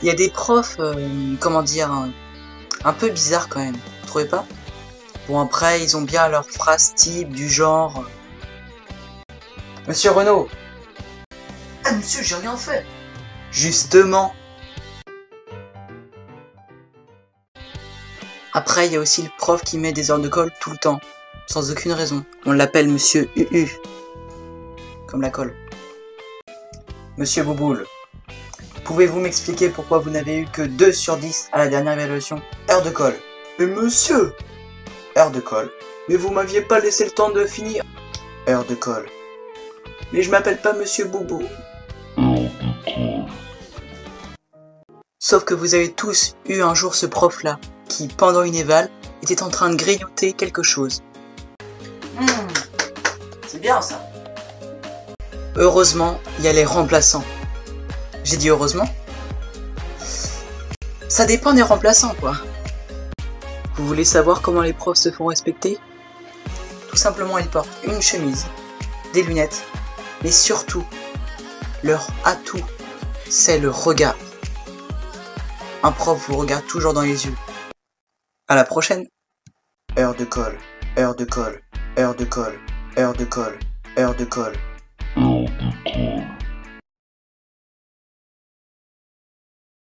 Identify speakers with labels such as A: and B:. A: Il y a des profs, euh, comment dire, un, un peu bizarres quand même. Vous trouvez pas Bon, après, ils ont bien leurs phrases type du genre. euh, Monsieur Renaud
B: Ah, monsieur, j'ai rien fait.
A: Justement. Après, il y a aussi le prof qui met des heures de colle tout le temps, sans aucune raison. On l'appelle Monsieur UU, comme la colle. Monsieur Bouboule, pouvez-vous m'expliquer pourquoi vous n'avez eu que 2 sur 10 à la dernière évaluation Heure de colle. Mais monsieur Heure de colle. Mais vous m'aviez pas laissé le temps de finir. Heure de colle. Mais je m'appelle pas Monsieur Boubou. Sauf que vous avez tous eu un jour ce prof-là, qui, pendant une éval, était en train de grignoter quelque chose.
B: Hmm. C'est bien ça.
A: Heureusement, il y a les remplaçants. J'ai dit heureusement Ça dépend des remplaçants, quoi. Vous voulez savoir comment les profs se font respecter Tout simplement, ils portent une chemise, des lunettes, mais surtout, leur atout, c'est le regard. Un prof vous regarde toujours dans les yeux. À la prochaine Heure de colle, heure de colle, heure de colle, heure de colle, heure de colle.
C: Heure de colle.